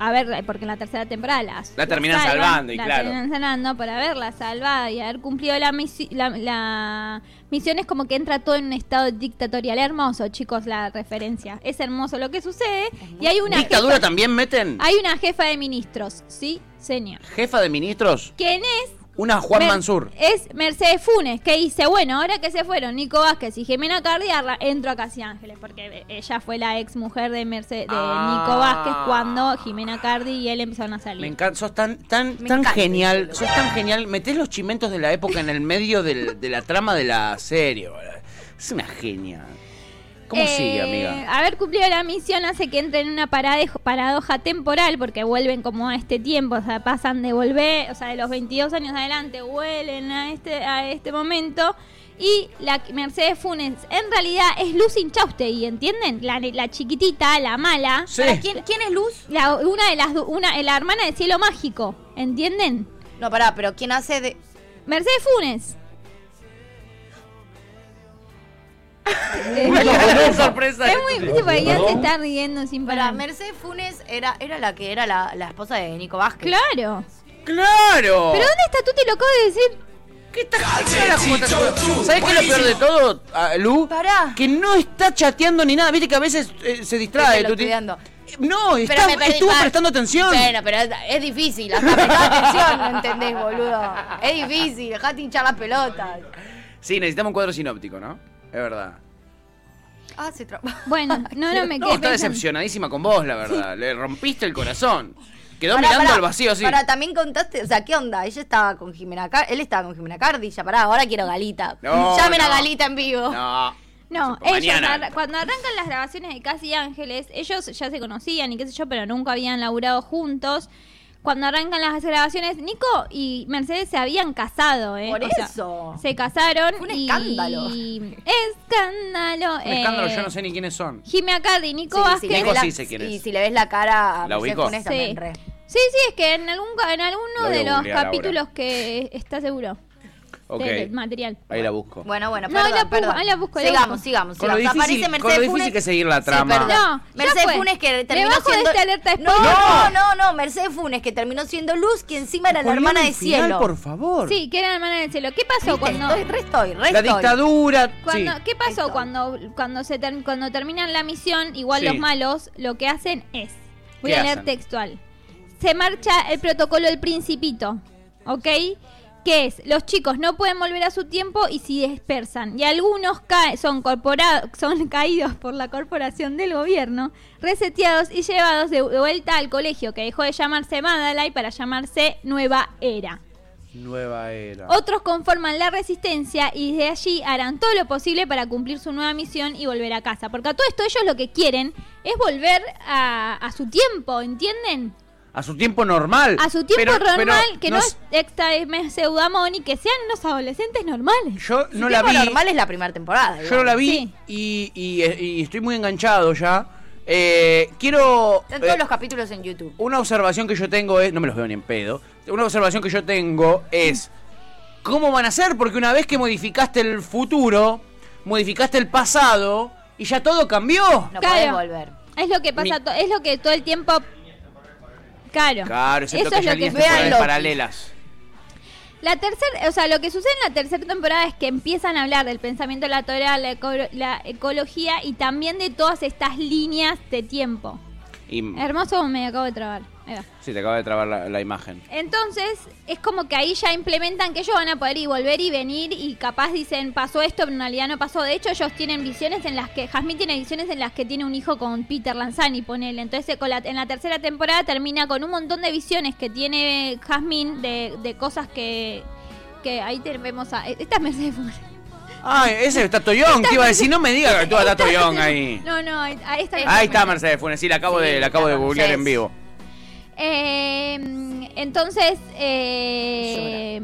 [SPEAKER 3] A ver, porque en la tercera temporada las-
[SPEAKER 2] La
[SPEAKER 3] las
[SPEAKER 2] terminan
[SPEAKER 3] salvan,
[SPEAKER 2] salvando, y
[SPEAKER 3] la
[SPEAKER 2] claro.
[SPEAKER 3] terminan salvando por haberla salvado y haber cumplido la, misi- la, la misión. Es como que entra todo en un estado dictatorial. Hermoso, chicos, la referencia. Es hermoso lo que sucede. Y hay una,
[SPEAKER 2] ¿Dictadura
[SPEAKER 3] jefa,
[SPEAKER 2] también meten?
[SPEAKER 3] hay una jefa de ministros, ¿sí, señor?
[SPEAKER 2] ¿Jefa de ministros?
[SPEAKER 3] ¿Quién es?
[SPEAKER 2] Una Juan
[SPEAKER 3] Mer-
[SPEAKER 2] Mansur.
[SPEAKER 3] Es Mercedes Funes, que dice, bueno, ahora que se fueron Nico Vázquez y Jimena Cardi, arra- entro a Casi Ángeles, porque eh, ella fue la ex mujer de, Merce- de
[SPEAKER 2] Ah.
[SPEAKER 3] Nico Vázquez cuando Jimena Cardi y él empezaron a salir.
[SPEAKER 2] Me encanta, sos tan, tan,
[SPEAKER 4] Me
[SPEAKER 2] tan
[SPEAKER 4] encanta
[SPEAKER 2] genial,
[SPEAKER 4] ese
[SPEAKER 2] sos tan genial. Metés los chimentos de la época en el medio del- de la trama de la serie. boludo. Es una genia. ¿Cómo
[SPEAKER 3] Eh,
[SPEAKER 2] sigue, amiga?
[SPEAKER 3] Haber cumplido la misión hace que entren en una parade- paradoja temporal, porque vuelven como a este tiempo, o sea, pasan de volver, o sea, de los 22 años adelante, vuelven a este, a este momento. Y la Mercedes Funes, en realidad, es Luz Inchaustegui, ¿entienden? La, ne- la chiquitita, la mala.
[SPEAKER 2] Sí.
[SPEAKER 4] Pará, ¿quién, quién es Luz?
[SPEAKER 3] La, una de las du- una, la hermana de Cielo Mágico, ¿entienden?
[SPEAKER 4] No, pará, pero ¿quién hace de.?
[SPEAKER 3] Mercedes Funes.
[SPEAKER 2] Una cara de sorpresa.
[SPEAKER 3] Es muy difícil porque ya se está riendo sin
[SPEAKER 4] Pará,
[SPEAKER 3] parar.
[SPEAKER 4] Mercedes Funes era, era la que era la, la esposa de Nico Vázquez.
[SPEAKER 3] Claro.
[SPEAKER 2] ¡Claro!
[SPEAKER 3] ¿Pero dónde está Tuti? Lo acabo de decir.
[SPEAKER 2] ¿Qué está ¿Sabes qué es lo peor de todo, ah, Lu?
[SPEAKER 4] Pará.
[SPEAKER 2] Que no está chateando ni nada. Viste que a veces eh, se distrae.
[SPEAKER 4] Estoy
[SPEAKER 2] Tuti.
[SPEAKER 4] pelotudeando.
[SPEAKER 2] No,
[SPEAKER 4] Pero
[SPEAKER 2] está-
[SPEAKER 4] me perdí,
[SPEAKER 2] estuvo
[SPEAKER 4] par-
[SPEAKER 2] prestando atención.
[SPEAKER 4] Bueno, pero es, es difícil. Acá prestá atención, no entendés, boludo. Es difícil, dejate hinchar las pelotas.
[SPEAKER 2] Sí, necesitamos un cuadro sinóptico, ¿no? Es verdad.
[SPEAKER 4] Ah, se trabó.
[SPEAKER 3] Bueno, no, no me
[SPEAKER 2] No,
[SPEAKER 3] quedé
[SPEAKER 2] está
[SPEAKER 3] pensando.
[SPEAKER 2] decepcionadísome con vos, la verdad. Le rompiste el corazón. Quedó
[SPEAKER 4] Pará,
[SPEAKER 2] mirando
[SPEAKER 4] pará,
[SPEAKER 2] al vacío así.
[SPEAKER 4] Pará, también contaste, o sea, ¿qué onda? Ella estaba con Jimena Cardi, él estaba con Jimena Cardi, ya pará, ahora quiero a Galita.
[SPEAKER 2] No,
[SPEAKER 4] Llamen a
[SPEAKER 2] no.
[SPEAKER 4] Galita en vivo.
[SPEAKER 2] No.
[SPEAKER 3] No,
[SPEAKER 2] Por
[SPEAKER 3] ellos
[SPEAKER 2] mañana.
[SPEAKER 3] arra- cuando arrancan las grabaciones de Casi Ángeles, ellos ya se conocían y qué sé yo, pero nunca habían laburado juntos. Cuando arrancan las grabaciones, Nico y Mercedes se habían casado, ¿eh?
[SPEAKER 4] Por
[SPEAKER 3] O sea,
[SPEAKER 4] eso.
[SPEAKER 3] se casaron.
[SPEAKER 4] Fue un
[SPEAKER 3] y-
[SPEAKER 4] escándalo.
[SPEAKER 3] Escándalo.
[SPEAKER 2] Un escándalo,
[SPEAKER 3] eh,
[SPEAKER 2] yo no sé ni quiénes son.
[SPEAKER 3] Jimmy Acardi, Nico
[SPEAKER 4] Sí,
[SPEAKER 3] Vázquez.
[SPEAKER 4] si le
[SPEAKER 2] Nico
[SPEAKER 4] ves la-
[SPEAKER 2] sí sé quién es.
[SPEAKER 4] Y si le ves la cara a
[SPEAKER 2] ¿La
[SPEAKER 4] Mercedes
[SPEAKER 2] ubicó?
[SPEAKER 4] Funes
[SPEAKER 3] Sí.
[SPEAKER 4] también re.
[SPEAKER 3] sí, sí, es que en, algún, ca- en
[SPEAKER 2] Lo
[SPEAKER 3] alguno
[SPEAKER 2] voy a
[SPEAKER 3] de los
[SPEAKER 2] googlear ahora.
[SPEAKER 3] capítulos que está seguro.
[SPEAKER 2] Ok.
[SPEAKER 3] del material.
[SPEAKER 2] Ahí la busco.
[SPEAKER 4] Bueno, bueno,
[SPEAKER 3] No,
[SPEAKER 4] perdón,
[SPEAKER 3] ahí la busco,
[SPEAKER 4] perdón.
[SPEAKER 3] ahí la busco, ahí la
[SPEAKER 4] sigamos,
[SPEAKER 3] busco.
[SPEAKER 4] sigamos,
[SPEAKER 2] Con lo
[SPEAKER 4] sigamos.
[SPEAKER 2] difícil-
[SPEAKER 4] Aparece
[SPEAKER 2] con lo
[SPEAKER 4] Mercedes
[SPEAKER 2] difícil
[SPEAKER 4] Funes-
[SPEAKER 2] que es seguir la
[SPEAKER 4] Sí,
[SPEAKER 2] trama.
[SPEAKER 4] perdón.
[SPEAKER 3] No, ya
[SPEAKER 4] Mercedes
[SPEAKER 3] fue.
[SPEAKER 4] Funes que
[SPEAKER 3] Me
[SPEAKER 4] terminó
[SPEAKER 3] bajo de
[SPEAKER 4] siendo...
[SPEAKER 3] esta alerta
[SPEAKER 4] no,
[SPEAKER 3] spoiler.
[SPEAKER 4] no, no, no, Mercedes Funes que terminó siendo Luz, que encima era la
[SPEAKER 8] Julián,
[SPEAKER 4] hermana
[SPEAKER 8] el
[SPEAKER 4] de
[SPEAKER 8] final,
[SPEAKER 4] Cielo.
[SPEAKER 8] por favor.
[SPEAKER 3] Sí, que era hermana del cielo. ¿Qué pasó
[SPEAKER 4] Viste,
[SPEAKER 3] cuando.?
[SPEAKER 4] Estoy, re estoy, re
[SPEAKER 8] La
[SPEAKER 4] estoy.
[SPEAKER 8] dictadura.
[SPEAKER 3] Cuando,
[SPEAKER 8] sí.
[SPEAKER 3] ¿Qué pasó
[SPEAKER 4] Esto.
[SPEAKER 3] cuando cuando se ter- cuando terminan la misión? Igual
[SPEAKER 2] Sí.
[SPEAKER 3] los malos lo que hacen es, voy
[SPEAKER 2] ¿Qué
[SPEAKER 3] a leer
[SPEAKER 2] hacen?
[SPEAKER 3] textual. Se marcha el protocolo del principito, ¿ok? Que es, los chicos no pueden volver a su tiempo y si dispersan. Y algunos ca- son, corpora- son caídos por la corporación del gobierno, reseteados y llevados de vuelta al colegio, que dejó de llamarse Madalay para llamarse Nueva Era.
[SPEAKER 2] Nueva era.
[SPEAKER 3] Otros conforman la resistencia y desde allí harán todo lo posible para cumplir su nueva misión y volver a casa. Porque a todo esto ellos lo que quieren es volver a, a su tiempo, ¿entienden?
[SPEAKER 2] A su tiempo normal.
[SPEAKER 3] A su tiempo
[SPEAKER 2] Pero- pero
[SPEAKER 3] normal, que no
[SPEAKER 2] nos-
[SPEAKER 3] es esta vez me pseudamón y que sean unos adolescentes normales.
[SPEAKER 2] Yo no la
[SPEAKER 4] Tiempo
[SPEAKER 2] vi.
[SPEAKER 4] normal es la primera temporada.
[SPEAKER 2] Yo no la vi
[SPEAKER 3] Sí.
[SPEAKER 2] y, y- eh, y estoy muy enganchado ya. Eh, quiero.
[SPEAKER 4] Están todos
[SPEAKER 2] eh,
[SPEAKER 4] los capítulos en YouTube.
[SPEAKER 2] Una observación que yo tengo es. No me los veo ni en pedo. Una observación que yo tengo es. ¿Cómo van a ser? Porque una vez que modificaste el futuro, modificaste el pasado y ya todo cambió.
[SPEAKER 4] No
[SPEAKER 3] Claro.
[SPEAKER 4] podés volver.
[SPEAKER 3] Es lo que pasa,
[SPEAKER 2] Mi-
[SPEAKER 3] to- es lo que todo el tiempo... Claro,
[SPEAKER 2] Claro, excepto
[SPEAKER 3] eso
[SPEAKER 2] que
[SPEAKER 3] es
[SPEAKER 2] ya
[SPEAKER 3] lo
[SPEAKER 2] hay
[SPEAKER 3] que...
[SPEAKER 4] vean
[SPEAKER 2] temporales
[SPEAKER 4] Loki.
[SPEAKER 2] paralelas.
[SPEAKER 3] La tercera, o sea, lo que sucede en la tercera temporada es que empiezan a hablar del pensamiento de la teoría, la, eco- la ecología y también de todas estas líneas de tiempo.
[SPEAKER 2] Y,
[SPEAKER 3] Hermoso, me acabo de trabar. Ahí va.
[SPEAKER 2] sí, te acabo de trabar la, la imagen.
[SPEAKER 3] Entonces, es como que ahí ya implementan que ellos van a poder ir, volver y venir y capaz dicen, pasó esto, pero en realidad no pasó. De hecho, ellos tienen visiones en las que, Jasmine tiene visiones en las que tiene un hijo con Peter Lanzani, ponele. Entonces, con la- en la tercera temporada termina con un montón de visiones que tiene Jasmine de, de cosas que... Que ahí tenemos a... Esta es Mercedes Funes.
[SPEAKER 2] Ay, ese está Toyón. ¿Qué iba a decir? No me diga que actúa Tato Young ahí.
[SPEAKER 3] No, no, ahí, ahí está.
[SPEAKER 2] Ahí está Mercedes Funes. Sí, la acabo
[SPEAKER 4] Sí,
[SPEAKER 2] de, la acabo
[SPEAKER 4] la
[SPEAKER 2] de googlear en
[SPEAKER 4] conoces.
[SPEAKER 2] vivo.
[SPEAKER 3] Eh, entonces, eh,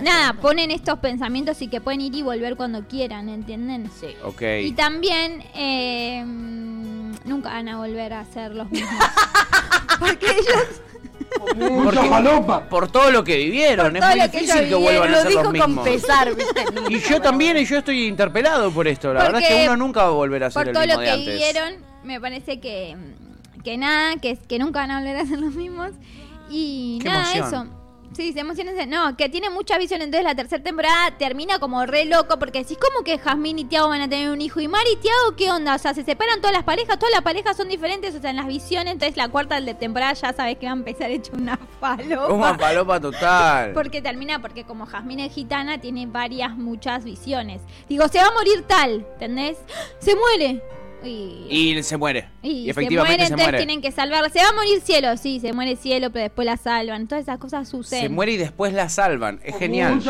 [SPEAKER 3] nada, ponen estos pensamientos y que pueden ir y volver cuando quieran, ¿entienden?
[SPEAKER 4] Sí.
[SPEAKER 2] Ok.
[SPEAKER 3] Y también eh, nunca van a volver a ser los mismos. Porque ellos,
[SPEAKER 2] Porque por todo lo que vivieron,
[SPEAKER 4] Todo
[SPEAKER 2] es muy
[SPEAKER 4] lo que
[SPEAKER 2] difícil que,
[SPEAKER 4] yo vi,
[SPEAKER 2] vuelvan a
[SPEAKER 4] lo
[SPEAKER 2] ser
[SPEAKER 4] dijo
[SPEAKER 2] los mismos.
[SPEAKER 4] con pesar, ¿viste?
[SPEAKER 2] Y yo también, y yo estoy interpelado por esto. La verdad es
[SPEAKER 3] Porque
[SPEAKER 2] que uno nunca va a volver a ser
[SPEAKER 3] por
[SPEAKER 2] el
[SPEAKER 3] todo
[SPEAKER 2] mismo
[SPEAKER 3] lo
[SPEAKER 2] de
[SPEAKER 3] que
[SPEAKER 2] antes.
[SPEAKER 3] vivieron, me parece que, mm, que nada, que, que nunca van a volver a ser los mismos. Y
[SPEAKER 2] Qué
[SPEAKER 3] nada,
[SPEAKER 2] emoción.
[SPEAKER 3] eso. Sí, se emocionense. No, que tiene mucha visión. Entonces la tercera temporada termina como re loco porque decís, ¿cómo que Jazmín y Tiago van a tener un hijo? ¿Y Mari y Tiago qué onda? O sea, se separan todas las parejas, todas las parejas son diferentes, o sea, en las visiones. Entonces la cuarta de temporada ya sabes que va a empezar hecho una falopa.
[SPEAKER 2] Una palopa total.
[SPEAKER 3] Porque termina, porque como Jasmine es gitana, tiene varias, muchas visiones. Digo, se va a morir tal, ¿entendés? ¡Se muere! Y,
[SPEAKER 2] Y se muere.
[SPEAKER 3] y
[SPEAKER 2] Y,
[SPEAKER 3] se muere,
[SPEAKER 2] efectivamente se
[SPEAKER 3] entonces
[SPEAKER 2] muere.
[SPEAKER 3] tienen que salvarla. Se va a morir cielo, sí, se muere cielo, pero después la salvan. Todas esas cosas suceden.
[SPEAKER 2] Se muere y después la salvan. Es genial.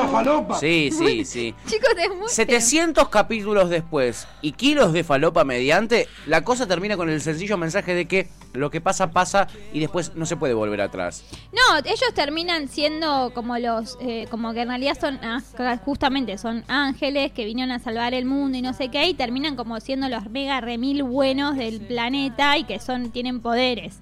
[SPEAKER 2] Sí, sí, sí.
[SPEAKER 3] Chicos, es muy...
[SPEAKER 2] 700 capítulos después y kilos de falopa mediante, la cosa termina con el sencillo mensaje de que lo que pasa, pasa y después no se puede volver atrás.
[SPEAKER 3] No, ellos terminan siendo como los, eh, como que en realidad son, ah, claro, justamente, son ángeles que vinieron a salvar el mundo y no sé qué, y terminan como siendo los mega remil buenos del planeta y que son, tienen poderes.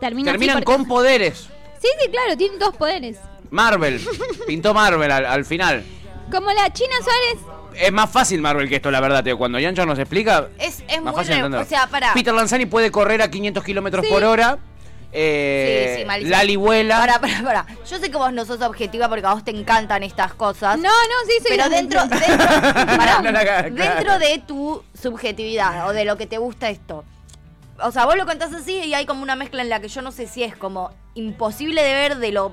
[SPEAKER 3] Terminan, así
[SPEAKER 2] Terminan
[SPEAKER 3] porque-
[SPEAKER 2] con poderes.
[SPEAKER 3] Sí, sí, claro, tienen dos poderes.
[SPEAKER 2] Marvel. Pintó Marvel al, al final.
[SPEAKER 3] Como la China Suárez,
[SPEAKER 2] Es más fácil Marvel que esto, la verdad, tío. Cuando Yancho nos explica,
[SPEAKER 4] Es, es
[SPEAKER 2] más
[SPEAKER 4] muy
[SPEAKER 2] fácil
[SPEAKER 4] re-
[SPEAKER 2] entender.
[SPEAKER 4] O sea, pará.
[SPEAKER 2] Peter Lanzani puede correr a 500 kilómetros
[SPEAKER 3] Sí.
[SPEAKER 2] por hora. Eh,
[SPEAKER 4] Sí, sí, malísimo.
[SPEAKER 2] Lali vuela.
[SPEAKER 4] Pará, pará, pará. Yo sé que vos no sos objetiva porque a vos te encantan estas cosas.
[SPEAKER 3] no, no, sí, soy
[SPEAKER 4] Pero
[SPEAKER 3] una-
[SPEAKER 4] dentro, dentro, pará,
[SPEAKER 2] No, no, claro.
[SPEAKER 4] dentro de tu subjetividad o de lo que te gusta esto. O sea, vos lo contás así y hay como una mezcla en la que yo no sé si es como imposible de ver de lo,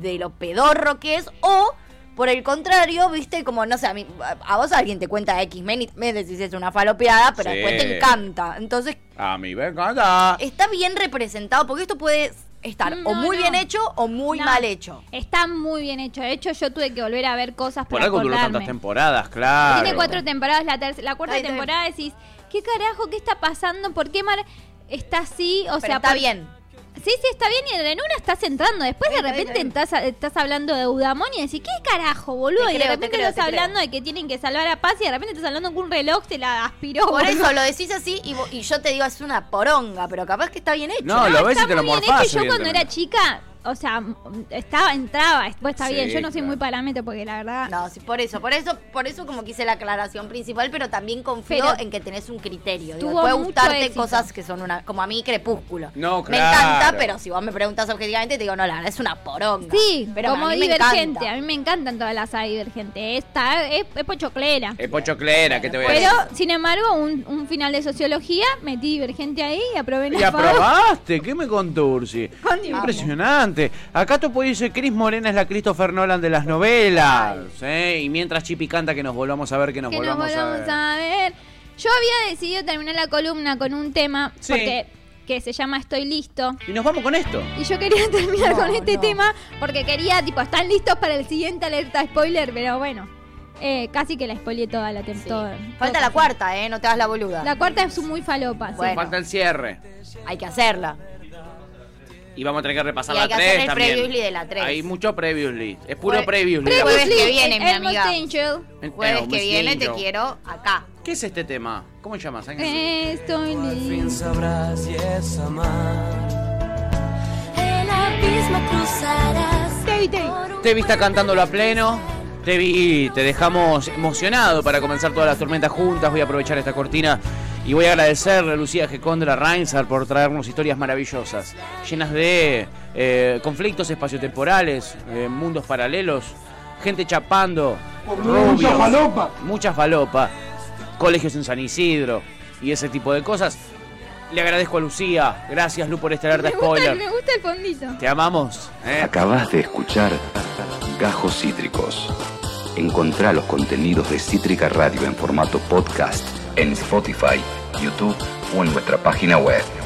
[SPEAKER 4] de lo pedorro que es o... Por el contrario, viste, como, no sé, a, mí- a vos alguien te cuenta X-Men y me decís es una falopeada, pero
[SPEAKER 2] Sí.
[SPEAKER 4] después te encanta. Entonces,
[SPEAKER 2] A mí me encanta.
[SPEAKER 4] está bien representado, porque esto puede estar
[SPEAKER 3] No,
[SPEAKER 4] o muy
[SPEAKER 3] no.
[SPEAKER 4] bien hecho o muy
[SPEAKER 3] No.
[SPEAKER 4] mal hecho.
[SPEAKER 3] Está muy bien hecho. De hecho, yo tuve que volver a ver cosas
[SPEAKER 2] Por
[SPEAKER 3] para
[SPEAKER 2] algo duró
[SPEAKER 3] acordarme.
[SPEAKER 2] tantas temporadas, claro.
[SPEAKER 3] Tiene cuatro temporadas, la, terc- la cuarta
[SPEAKER 4] Ahí está bien.
[SPEAKER 3] temporada decís, ¿qué carajo? ¿Qué está pasando? ¿Por qué Mar está así? O
[SPEAKER 4] Pero
[SPEAKER 3] sea,
[SPEAKER 4] está
[SPEAKER 3] por-
[SPEAKER 4] bien.
[SPEAKER 3] Sí, sí, está bien y en una estás entrando. Después de
[SPEAKER 4] Está bien,
[SPEAKER 3] repente
[SPEAKER 4] está
[SPEAKER 3] estás, estás hablando de Eudamón y decís, ¿qué carajo, boludo? y
[SPEAKER 4] Te
[SPEAKER 3] de
[SPEAKER 4] creo, te
[SPEAKER 3] repente
[SPEAKER 4] creo,
[SPEAKER 3] estás
[SPEAKER 4] te creo.
[SPEAKER 3] hablando de que tienen que salvar a Paz y de repente estás hablando que un reloj se la aspiró.
[SPEAKER 4] Por
[SPEAKER 3] boludo.
[SPEAKER 4] eso lo decís así y, vo- y yo te digo es una poronga, pero capaz que está bien hecho.
[SPEAKER 2] No, lo ves y
[SPEAKER 3] está
[SPEAKER 2] te lo
[SPEAKER 3] muy bien hecho.
[SPEAKER 2] morfás.
[SPEAKER 3] Y Yo cuando era
[SPEAKER 2] evidentemente.
[SPEAKER 3] chica o sea, m- estaba, entraba, pues está
[SPEAKER 2] Sí,
[SPEAKER 3] bien, yo no soy
[SPEAKER 2] claro.
[SPEAKER 3] muy parámetro porque la verdad...
[SPEAKER 4] No, sí, por eso, por eso, por eso como quise la aclaración principal, pero también confío
[SPEAKER 3] Pero
[SPEAKER 4] en que tenés un criterio. Digo,
[SPEAKER 3] tuvo
[SPEAKER 4] puede
[SPEAKER 3] mucho
[SPEAKER 4] gustarte
[SPEAKER 3] éxito.
[SPEAKER 4] cosas que son una, como a mí, crepúsculo.
[SPEAKER 2] No,
[SPEAKER 4] Me
[SPEAKER 2] claro.
[SPEAKER 4] encanta, pero si vos me preguntas objetivamente, te digo, no, la verdad es una poronga.
[SPEAKER 3] Sí,
[SPEAKER 4] pero
[SPEAKER 3] como
[SPEAKER 4] a mí Me
[SPEAKER 3] divergente,
[SPEAKER 4] encanta.
[SPEAKER 3] a mí me encantan todas las sagas divergente. Esta es, es pochoclera.
[SPEAKER 2] Es pochoclera, ¿qué te voy a decir?
[SPEAKER 3] Pero, sin embargo, un, un final de sociología, metí divergente ahí y aprobé
[SPEAKER 2] Y
[SPEAKER 3] la FAO.
[SPEAKER 2] aprobaste, ¿qué me contó Ursi? Impresionante. Acá tú puedes decir, Cris Morena es la Christopher Nolan de las novelas. ¿eh? Y mientras Chipi canta que nos volvamos a ver, que nos,
[SPEAKER 3] Que nos
[SPEAKER 2] volvamos,
[SPEAKER 3] volvamos
[SPEAKER 2] a ver.
[SPEAKER 3] a ver. Yo había decidido terminar la columna con un tema
[SPEAKER 2] Sí.
[SPEAKER 3] porque, que se llama Estoy listo.
[SPEAKER 2] Y nos vamos con esto.
[SPEAKER 3] Y yo quería terminar
[SPEAKER 4] No,
[SPEAKER 3] con este
[SPEAKER 4] no.
[SPEAKER 3] tema porque quería, tipo, están listos para el siguiente alerta spoiler, pero bueno, eh, casi que la spoileé toda la
[SPEAKER 4] Sí.
[SPEAKER 3] temporada.
[SPEAKER 4] Falta la cuarta, ¿eh? No te hagas la boluda.
[SPEAKER 3] La cuarta es muy falopa. sí.
[SPEAKER 4] Bueno.
[SPEAKER 2] Falta el cierre.
[SPEAKER 4] Hay que hacerla.
[SPEAKER 2] Y vamos a tener que repasar
[SPEAKER 4] Y
[SPEAKER 2] la
[SPEAKER 4] hay que
[SPEAKER 2] 3
[SPEAKER 4] hacer el
[SPEAKER 2] también.
[SPEAKER 4] previously de la tres.
[SPEAKER 2] Hay mucho previously. Es puro
[SPEAKER 4] Jue-
[SPEAKER 2] previously.
[SPEAKER 4] Previously. Jueves que
[SPEAKER 3] Sí,
[SPEAKER 4] viene, mi
[SPEAKER 3] Elmo's
[SPEAKER 4] amiga.
[SPEAKER 3] Angel.
[SPEAKER 2] En-
[SPEAKER 4] Jueves
[SPEAKER 2] eh,
[SPEAKER 4] que
[SPEAKER 2] Miss
[SPEAKER 4] viene te
[SPEAKER 2] Angel.
[SPEAKER 4] quiero acá.
[SPEAKER 2] ¿Qué es este tema? ¿Cómo se llama? ¿Saben qué es?
[SPEAKER 3] Estoy listo.
[SPEAKER 9] sabrás si es amar.
[SPEAKER 7] El abismo cruzarás.
[SPEAKER 3] Te evité.
[SPEAKER 2] Te vi está cantándolo a pleno. Te vi, te dejamos emocionado para comenzar todas las tormentas juntas. Voy a aprovechar esta cortina y voy a agradecerle a Lucía Gecondra Reinsar por traernos historias maravillosas, llenas de eh, conflictos espaciotemporales, eh, mundos paralelos, gente chapando, mucha falopa, mucha falopa, colegios en San Isidro y ese tipo de cosas. Le agradezco a Lucía, gracias Lu por este alerta
[SPEAKER 3] Me gusta, el-
[SPEAKER 2] spoiler.
[SPEAKER 3] me gusta el fondito.
[SPEAKER 2] Te amamos. ¿eh?
[SPEAKER 1] Acabas de escuchar Gajos Cítricos. Encontrá los contenidos de Cítrica Radio en formato podcast en Spotify, YouTube o en nuestra página web.